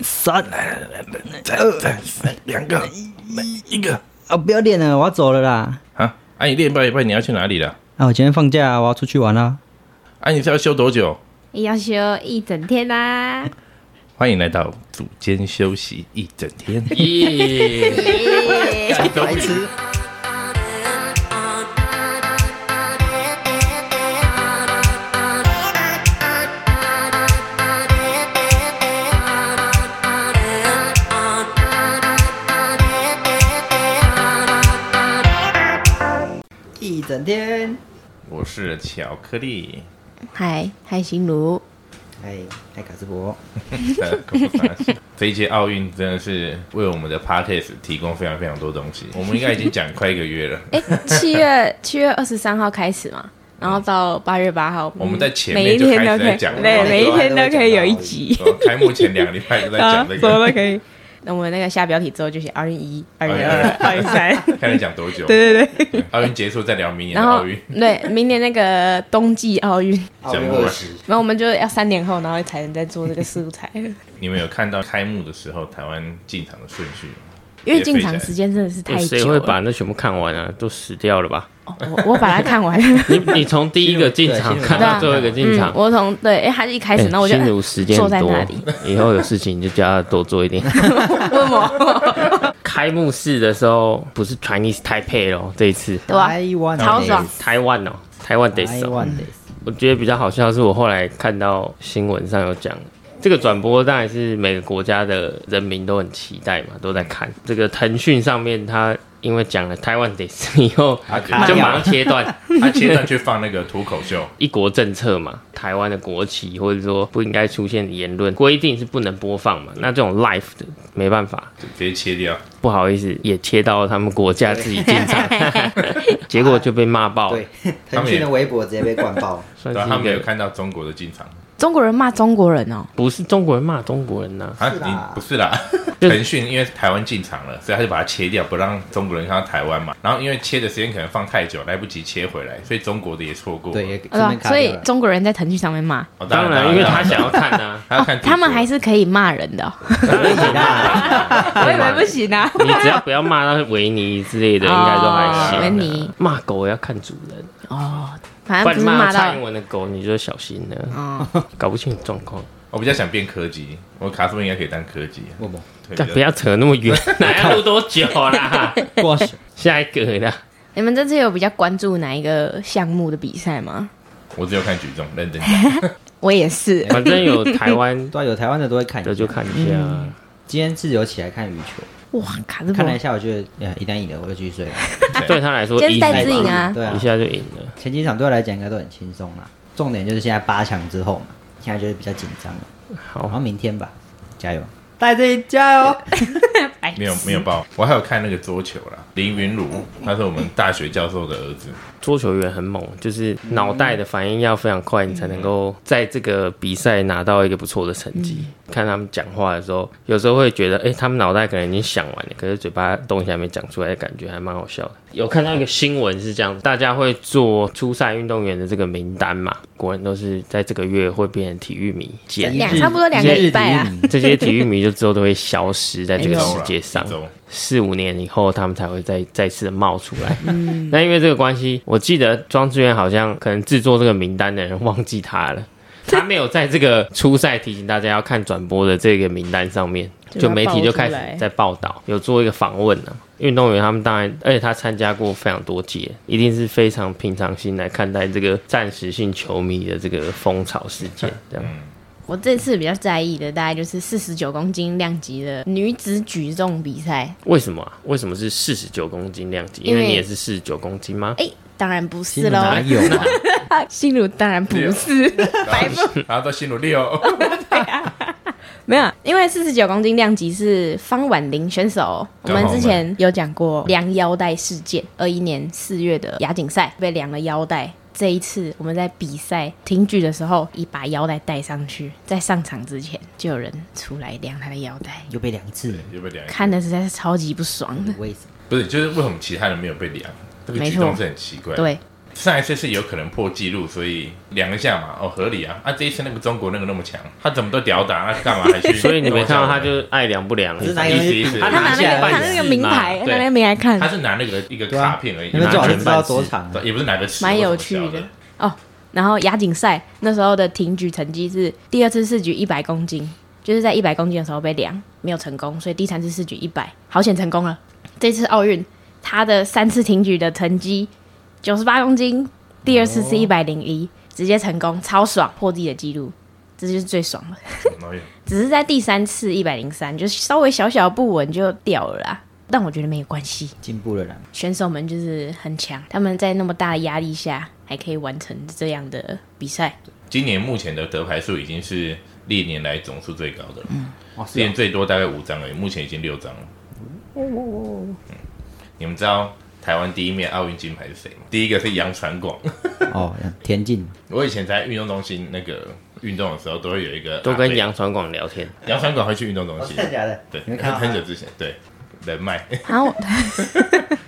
三，呃再二、再三、两个、一个哦啊，不要练了，我要走了啦。啊！啊，你练半一半你要去哪里了？啊，我今天放假，我要出去玩啦。啊，你是要休多久？要休一整天啊啦、 欢迎来到组间休息一整天。耶！白痴，一整天，我是巧克力，嗨嗨，心如，哎，哎，卡斯伯，这一届奥运真的是为我们的 podcast 提供非常非常多东 西。我们应该已经讲快一个月了。哎、七月 七月二十三号开始嘛，然后到八月八号，嗯我们在前每面一就天开都始可在以，讲了，对，每一天都可以有一集哦啊开幕前两个礼拜就在啊，讲这 什么个，都可以。那我们那个下标题之后就写二零一、二零二、 2022二零三，哎 看你讲多久。对对对。奥运结束再聊明年然的后 奥运，对，明年那个冬季奥运，讲不完。然后我们就要三年后，然后才能再做这个 素材，你们有看到开幕的时候台湾进场的顺序吗？ 因为进场时间真的是太谁久会了。把那全部看完啊？都死掉 了吧？哦我我把它看完了。你你从第一个进场看到最后一个 进场嗯，，我从对，哎，他一开始，哎然后我就心如时间坐在多那里， 以后有事情就叫他多做 一点。问我开幕式的时候不是 Chinese Taipei 咯，这一次对吧？台湾，超爽，台湾哦，台湾得台手。湾的，我觉得比较好笑的是，我后来看到新闻上有讲，这个转播当然是每个国家的人民都很期待嘛，都在看。这个腾讯上面它因为讲了台湾得死以后，啊就马上 切断。他切断去放那个吐口秀，一国政策嘛，台湾的国旗或者说不应该出现的言论规定是不能播放嗯嘛。那这种 live 的没办法，就直接切掉。不好意思，也切到他们国家自己进场，结果就被骂爆。对， 腾讯的微博直接被灌爆，算对是啊，他一没有个看到中国的进场 中国人骂中国人哦，不是中国人骂中国人呐、啊，是啦你不 是啦，就是腾讯因为台湾进场了，所以他就把它切掉，不让中国人看到台湾嘛。然后因为切的时间可能放太久，来不及切回来，所以中国的也错过。对，也对顺吧便？卡所以掉了。 中国人在腾讯上面骂，哦，当然，因为他想要看啊，他要哦看中国他们还是可以骂人的哦，我以为不行啊，你只要不要骂到维尼之类的，应该都还行。啊哦维尼骂狗要看主人，哦，反不正不然是骂骂蔡到英文的狗，你就小心了，哦，搞不清楚状况。我比较想变柯基，我卡斯应该可以当柯基。默默，对干不要扯那么 远，哪要录多久啦？哇塞，下一个啦，你们这次有比较关注哪一个项目的比赛吗？我只有看举重，认真讲。 我也是，反正有台湾对啊，有台湾的都会看一下的就看一下。嗯今天自由起来看羽球，哇，卡斯伯看了一下，我觉得呃一旦赢了我就继续睡了。对他来说，今天是戴一资颖啊对啊一，下就赢了。前几场对我来讲应该都很轻松啦。重点就是现在八强之后嘛，现在就是比较紧张了。然后好，明天吧，加油！戴志颖加 油！哎没有没有报，我还有看那个桌球啦，林云儒，他是我们大学教授的儿子，桌球员很猛，就是脑袋的反应要非常快，你才能够在这个比赛拿到一个不错的成绩。嗯看他们讲话的时候，有时候会觉得，哎、他们脑袋可能已经想完了，可是嘴巴东西还没讲出来，感觉还蛮好笑的。有看到一个新闻是这样，大家会做初赛运动员的这个名单嘛？果然都是在这个月会变成体育迷见。两差不多两个礼拜一日啊体育迷 这些体育迷就之后都会消失在哎这个世界上一周啦一周，四五年以后他们才会再再次的冒出来。嗯那因为这个关系，我记得庄志远好像可能制作这个名单的人忘记他 了，他没有在这个初赛提醒大家要看转播的这个名单上 面，就就把它媒体就开始爆出来在报道，有做一个访问呢、运动员他们当然，而且他参加过非常多届，一定是非常平常心来看待这个暂时性球迷的这个风潮事件，这样。我这次比较在意的大概就是四十九公斤量级的女子举重比赛，为什么啊？为什么是四十九公斤量级？因因为为你也是四十九公斤吗？哎，当然不新是闻喽，哪有啊？ 心如当然不是，白目然后到新竹六，没有，啊因为四十九公斤量级是方婉玲选手，我刚好们之前有讲过量腰带事件，二一年四月的亚锦赛被量了腰带。这一次我们在比赛挺举的时候，一把腰带带上去，在上场之前就有人出来量他的腰带，又被两次，有没有量？看的实在是超级不爽的。为什么？不是，就是为什么其他人没有被量？这个没举错动是很奇怪。，对，上一次是有可能破纪录，所以量一下嘛，哦，合理啊。啊，这一次那个中国那个那么强，他怎么都屌打，那 干嘛还去 ？所以你没看到他就是爱凉 不凉，只是拿一个东西意思意思把它他拿拿下那个来他那个名牌，拿那个名牌看他，是拿那个一个对啊卡片而已，你们最好拿是全知班道多尺长啊对也不是拿个尺蛮或有什么趣小的哦。然后亚锦赛那时候的挺举成绩是第二次试举一百公斤，就是在一百公斤的时候被量没有成功，所以第三次试举一百，好险成功了。这次奥运他的三次挺举的成绩九十八公斤，第二次是一百零一，直接成功，超爽，破自己的记录，这就是最爽的。然后有只是在第三次一百零三，就是稍微小小不稳就掉了啦，但我觉得没有关系。进步了啦。选手们就是很强，他们在那么大的压力下还可以完成这样的比赛，今年目前的得牌数已经是历年来总数最高的了，哇，之是前哦最多大概五张而已，目前已经六张了。嗯你们知道台湾第一面奥运金牌是谁吗？第一个是杨传广。 哦，田径我以前在运动中心那个运动的时候，都会有一个都阿伯跟杨传广 聊天，杨传广会去运动中哦心，真的假的对，你们看到很他久之前，对人脉 然后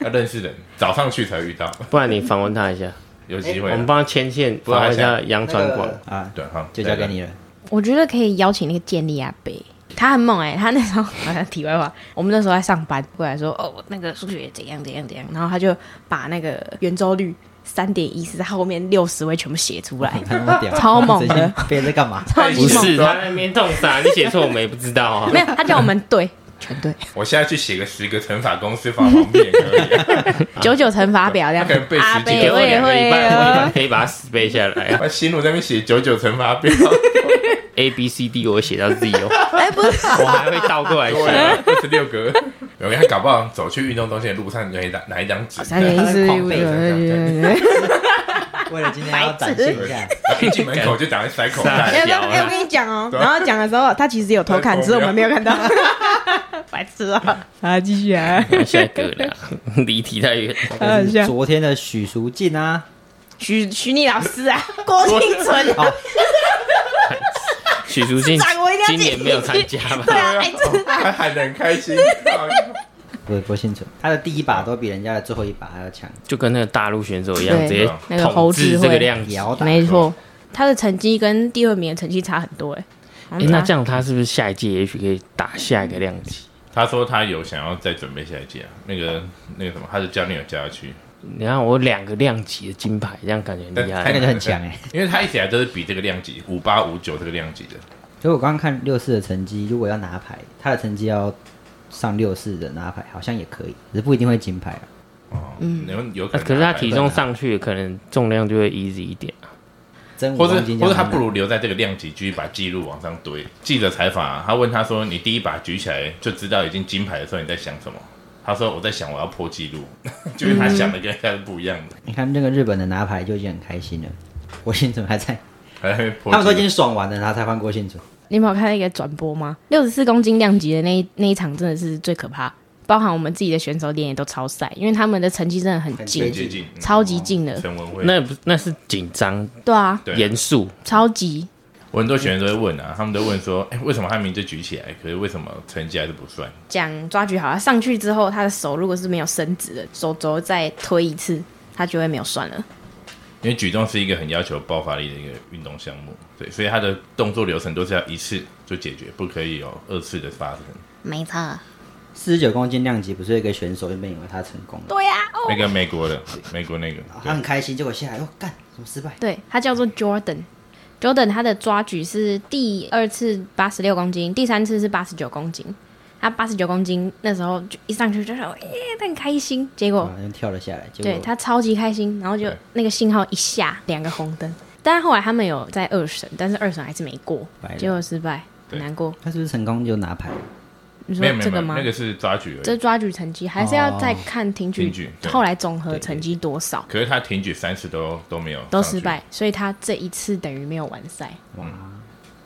要认识人，早上去才会遇到，不然你访问他一下，有机哎我会啊。们帮他牵线不然访他问一下杨传广。啊，对，好，就交给对你了。，我觉得可以邀请那个建立阿北，他很猛哎、他那时候题外话，我们那时候在上班，过来说哦，我那个数学怎样怎样怎样，然后他就把那个圆周率三点一四后面六十位全部写出 来他那么屌，超猛的，别在干 嘛？超级不猛，是他在那边动啥？你写错我们也不知道啊 没。有，他叫我们对。全对，我现在去写个十个乘法公式放旁边也可以啊，九九乘法表这样他可能背子，阿十几北给我我也两个会礼拜，我一哦般。可以把它死背下来。 啊 我心路在那边写九九乘法表， A B C D 我写到 Z 哦，哎，不是，我还会倒过来啊写。啊二十六格，有人搞不好走去运动中心的路上拿一张拿一张纸，哦三点一四五对对九。为了今天要展现一 下，一进门口就打算塞口傻袋。 没有，小哎、我跟你讲哦、然后讲的时候，他其实有偷看，只是我们没有看到。 白痴啊！啊，继续啊！下一个啦， 离题太远。开玩笑昨天的许淑净啊，徐徐妮老师啊， 郭庆存啊，哦许淑静长我一定要今年没有参加吧？啊哎真还喊得很开心，不不清楚，他的第一把都比人家的最后一把还要强，就跟那个大陆选手一样，对直接那个统侯治智这慧个量级。摇打。没错，他的成绩跟第二名的成绩差很多哎、好哎、像那差这样他是不是下一届也许可以打下一个量级？他说他有想要再准备下一届啊，那个那个什么，他的教练有叫他去，你看我两个量级的金牌，这样感觉很厉他害感。觉很强哎、因为他一直以来都是比这个量级五八五九这个量级的，所以我刚刚看六四的成绩，如果要拿牌，他的成绩要上六四的拿牌，好像也可以，只是不一定会金牌啊。哦，嗯，有可啊能，可是他体重上去，可能重量就会 easy 一点。真五或者公斤这或样很者他难不如留在这个量级，继续把记录往上堆。记者采访、啊，他问他说：“你第一把举起来就知道已经金牌的时候，你在想什么？”他说：“我在想我要破纪录， 就是他想的跟人家是不一样的，你看那个日本的拿牌就已经很开心了， 郭幸存还在，还会 破他们说已纪录经爽完了，然后才换郭幸存。你有没有看那个转播吗？六十四公斤量级的那一那一场真的是最可怕，包含我们自己的选手脸也都超晒，因为他们的成绩真的很很近，接近，嗯超级近的，陈文慧。那不那是紧张、对啊，对严肃，超级我很多学员都会问啊，他们都问说：“哎、为什么他明明就举起来，可是为什么成绩还是不算讲抓举好，他上去之后，他的手如果是没有伸直的，手肘再推一次，他就会没有算了。？”因为举重是一个很要求爆发力的一个运动项目，对，所以他的动作流程都是要一次就解决，不可以有二次的发生。没错，四十九公斤量级不是有一个选手原本以为他成功了，对呀、哦，那个美国的，美国那个，对他很开心，结果下来哦干怎么失败？对，他叫做 Jordan。Jordan 他的抓举是第二次八十六公斤，第三次是八十九公斤。他八十九公斤那时候就一上去就说：“耶，他很开心。”结果啊然后跳了下来，结哦对果他超级开心，然后就对那个信号一下，两个红灯。但后来他们有在二审，但是二审还是没过白，了结果失败，对很难过。他是不是成功就拿牌？你说没有没这有没个有，吗？那个是抓举而这已。抓举成绩还是要再看挺举,、挺举对后来总和成绩多少可是他挺举三次都都没有都上去失，败，所以他这一次等于没有完赛，哇，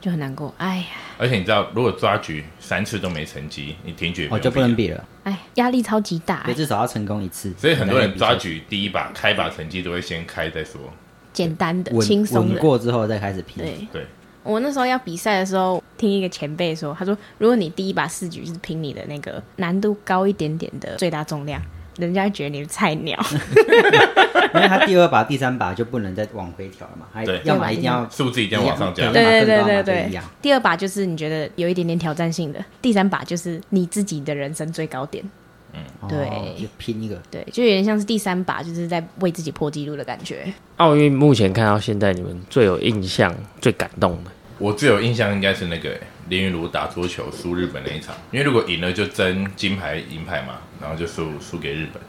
就很难过。哎呀，而且你知道，如果抓举三次都没成绩，你挺举也没哦有就不能必要。比了，哎，压力超级大、所以至少要成功一次。所以很多人才能比赛抓举第一把开把成绩都会先开再说，简单的、稳轻松稳的。过之后再开始拼，对对，我那时候要比赛的时候，听一个前辈说，他说如果你第一把四局是拼你的那个 难度高一点点的最大重量，人家会觉得你是菜鸟。因为他第二把、第三把就不能再往回调了嘛，还对要么一定要数字一定要往上加一样。对对对跟对妈妈对一样，第二把就是你觉得有一点点挑战性的，第三把就是你自己的人生最高点。对哦就拼一个。对，就有点像是第三把，就是在为自己破纪录的感觉。奥运目前看到现在，你们最有印象、最感动的，我最有印象应该是那个欸林云儒打桌球输日本那一场，因为如果赢了就争金牌、银牌嘛，然后就输输给日本，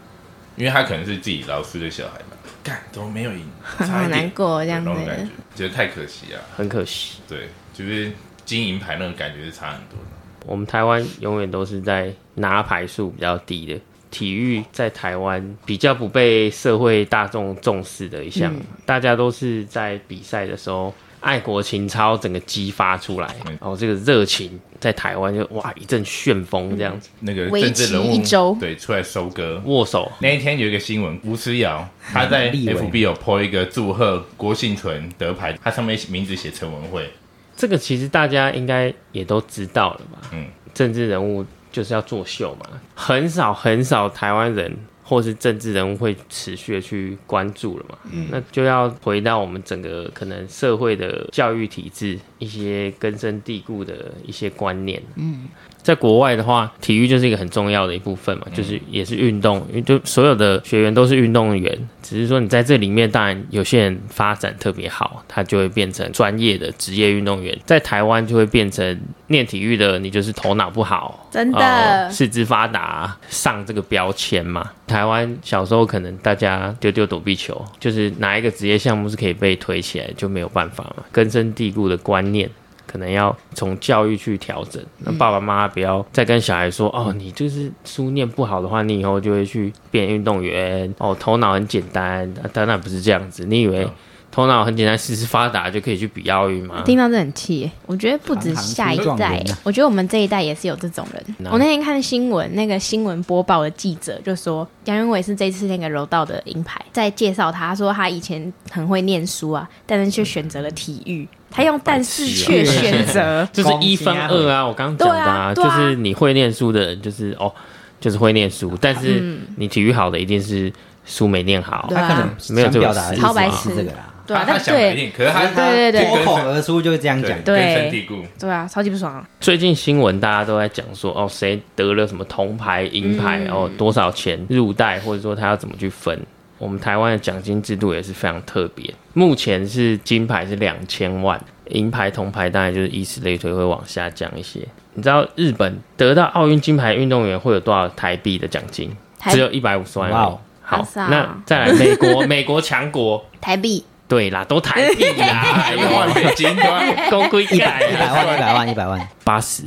因为他可能是自己老师的小孩嘛，干怎么没有赢，差好一点难过这样子那种感觉，觉得太可惜啊，很可惜。对，就是金银牌那种感觉是差很多的。我们台湾永远都是在拿牌数比较低的。体育在台湾比较不被社会大众重视的一项，大家都是在比赛的时候，爱国情操整个激发出来，嗯然后这个热情在台湾就哇一阵旋风这样子，那个为政治期人物一周对出来收割。握手那一天有一个新闻，吴思瑶他哦在立委 FB 有 po 一个祝贺郭幸存得牌，他上面名字写陈文慧，这个其实大家应该也都知道了吧？嗯嗯，政治人物就是要作秀嘛，很少很少台湾人或是政治人物会持续的去关注了嘛。那就要回到我们整个可能社会的教育体制一些根深蒂固的一些观念。嗯，在国外的话，体育就是一个很重要的一部分嘛，嗯就是也是运动，因为就所有的学员都是运动员，只是说你在这里面，当然有些人发展特别好，他就会变成专业的职业运动员，在台湾就会变成念体育的，你就是头脑不好，真的呃四肢发达上这个标签嘛。台湾小时候可能大家丢丢躲避球，就是哪一个职业项目是可以被推起来就没有办法嘛，根深蒂固的观念。可能要从教育去调整，嗯那爸爸妈妈不要再跟小孩说、哦，你就是书念不好的话，你以后就会去变运动员哦，头脑很简单，啊当然不是这样子。你以嗯为头脑很简单，四肢发达就可以去比奥运吗？听到这很气耶，我觉得不止下一堂堂出状代元啊，我觉得我们这一代也是有这种人。哪。我那天看新闻，那个新闻播报的记者就说，杨元伟是这次那个柔道的银牌，在介绍他说他以前很会念书啊，但是却选择了体育，他用但是却选择 就是一分二啊！我刚刚讲的啊，对啊对就啊是你会念书的人，就是哦，就是会念书，但是你体育好的一定是书没念好 嗯对，啊他可能没有想这个表达的意思思超白是痴这个啦。对啊，他但他想的一对定，可是他可是他对对对脱口而出就是这样讲，对根深蒂固。对啊，超级不爽啊、最近新闻大家都在讲说，哦，谁得了什么铜牌、银牌，嗯哦，多少钱入袋，或者说他要怎么去分。我们台湾的奖金制度也是非常特别，目前是金牌是两千万，银牌、铜牌当然就是以此类推会往下降一些。你知道日本得到奥运金牌运动员会有多少台币的奖金？台只有一百五十万而已。哇哦好好，少那再来美 国，美国强国，台币对啦，都台币 啦，哎还没换 美金，对啊吧？公规一哎百一百改万一百万一百万，八十，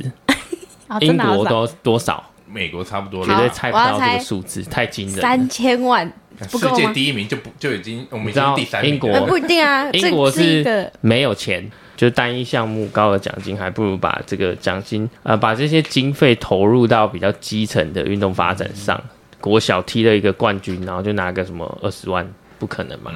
啊，真英的好国少多多少？美国差不多绝了对吧，猜不到我要这猜个数字，太惊人了三。千万不世够界吗？第一名就不就已经我们已知经道是第三名了，英国呃，不一定啊，英这国这一个是没有钱，就是单一项目高的奖金，还不如把这个奖金呃把这些经费投入到比较基层的运动发展上。国小踢了一个冠军，然后就拿个什么二十万，不可能嘛？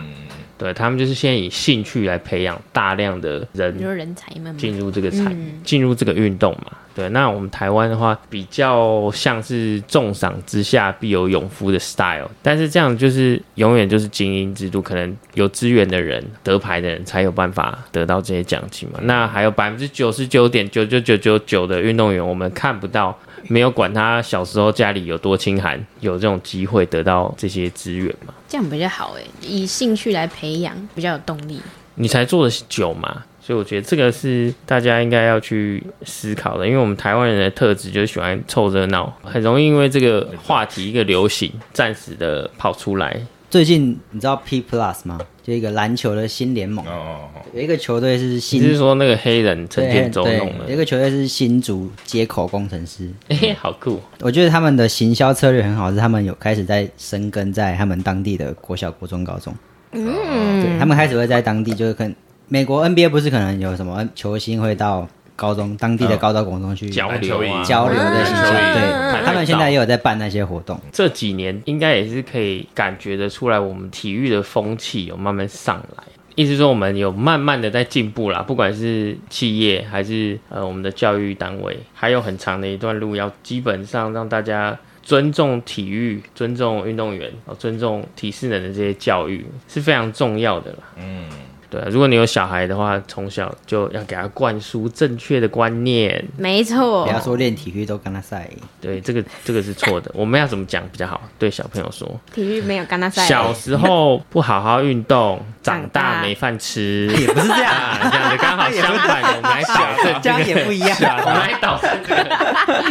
对他们就是现在以兴趣来培养大量的人你说人才们吗进入这个产进、入这个运动嘛。对，那我们台湾的话，比较像是重赏之下必有勇夫的 style，但是这样就是永远就是精英制度，可能有资源的人、得牌的人才有办法得到这些奖金嘛。那还有百分之九十九点九九九九九的运动员，我们看不到，没有管他小时候家里有多清寒，有这种机会得到这些资源嘛。这样比较好哎，以兴趣来培养比较有动力。你才做的久嘛，所以我觉得这个是大家应该要去思考的，因为我们台湾人的特质就是喜欢凑热闹，很容易因为这个话题一个流行，暂时的跑出来。最近你知道 P Plus 吗？就一个篮球的新联盟哦，哦哦，有一个球队是你新是说那个黑人陈建州对弄对的有一？个球队是新竹接口工程师。哎、 好酷！我觉得他们的行销策略很好，是他们有开始在生根在他们当地的国小、国中、高中。嗯，对他们开始会在当地，就是可能美国 NBA 不是可能有什么球星会到高中当地的高中、国中去交流啊，交流的篮行球销。嗯嗯对，他们现在也有在办那些活动。这几年应该也是可以感觉得出来，我们体育的风气有慢慢上来。意思说，我们有慢慢的在进步啦，不管是企业还是呃我们的教育单位，还有很长的一段路要，基本上让大家尊重体育、尊重运动员、哦尊重体适能的这些教育是非常重要的啦。嗯，对啊，如果你有小孩的话，从小就要给他灌输正确的观念。没错不，要说练体育都跟他赛，对，这个这个是错的。我们要怎么讲比较好？对小朋友说，体育没有跟他赛。啊小时候不好好运动，长长大大没饭吃。 也不是这样，啊，这样子刚好相反的，我们来矫正 这样也不一样。我们来导这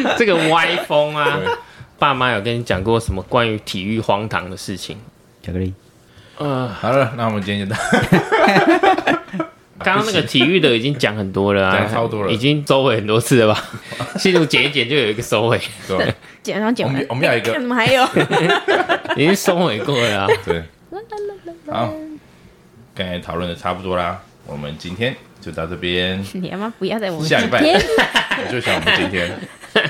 个这个歪风啊对！爸妈有跟你讲过什么关于体育荒唐的事情？巧克力，呃，好了，那我们今天就到。刚刚那个体育的已经讲很多 了、啊，讲超多了已经收尾很多次了吧？ 戏路剪一剪就有一个收尾，对吧，剪然后剪我完们，我们要一看个怎么 还有？已经收尾过了、 啊。对。好，刚才讨论的差不多啦，我们今天就到这边。你他妈不要在我们下礼拜天我就想我们今天，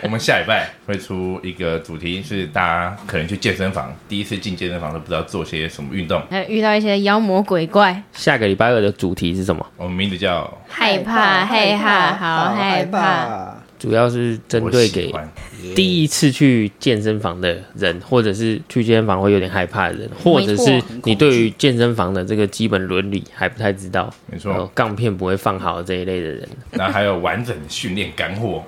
我们下礼拜会出一个主题，是大家可能去健身房，第一次进健身房都不知道做些什么运动。还有遇到一些妖魔鬼怪，下个礼拜二的主题是什么？我们名字叫害怕害怕，好害怕。怕。主要是针我对喜给欢第一次去健身房的人，或者是去健身房会有点害怕的人，或者是你对于健身房的这个基本伦理还不太知道，没错然后杠片不会放好这一类的人，那还有完整的训练干 货，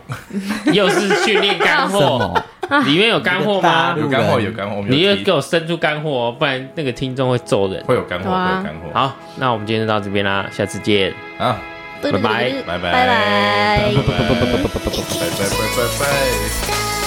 又是训练 干什货，么？里面有干货吗这？有个大干货有干货，我们你有又提给我生出干货哦，不然那个听众会揍人。会有干货，对会啊有干货。好，那我们今天就到这边啦，下次见。好，拜拜拜拜，拜拜拜拜，拜拜，拜拜。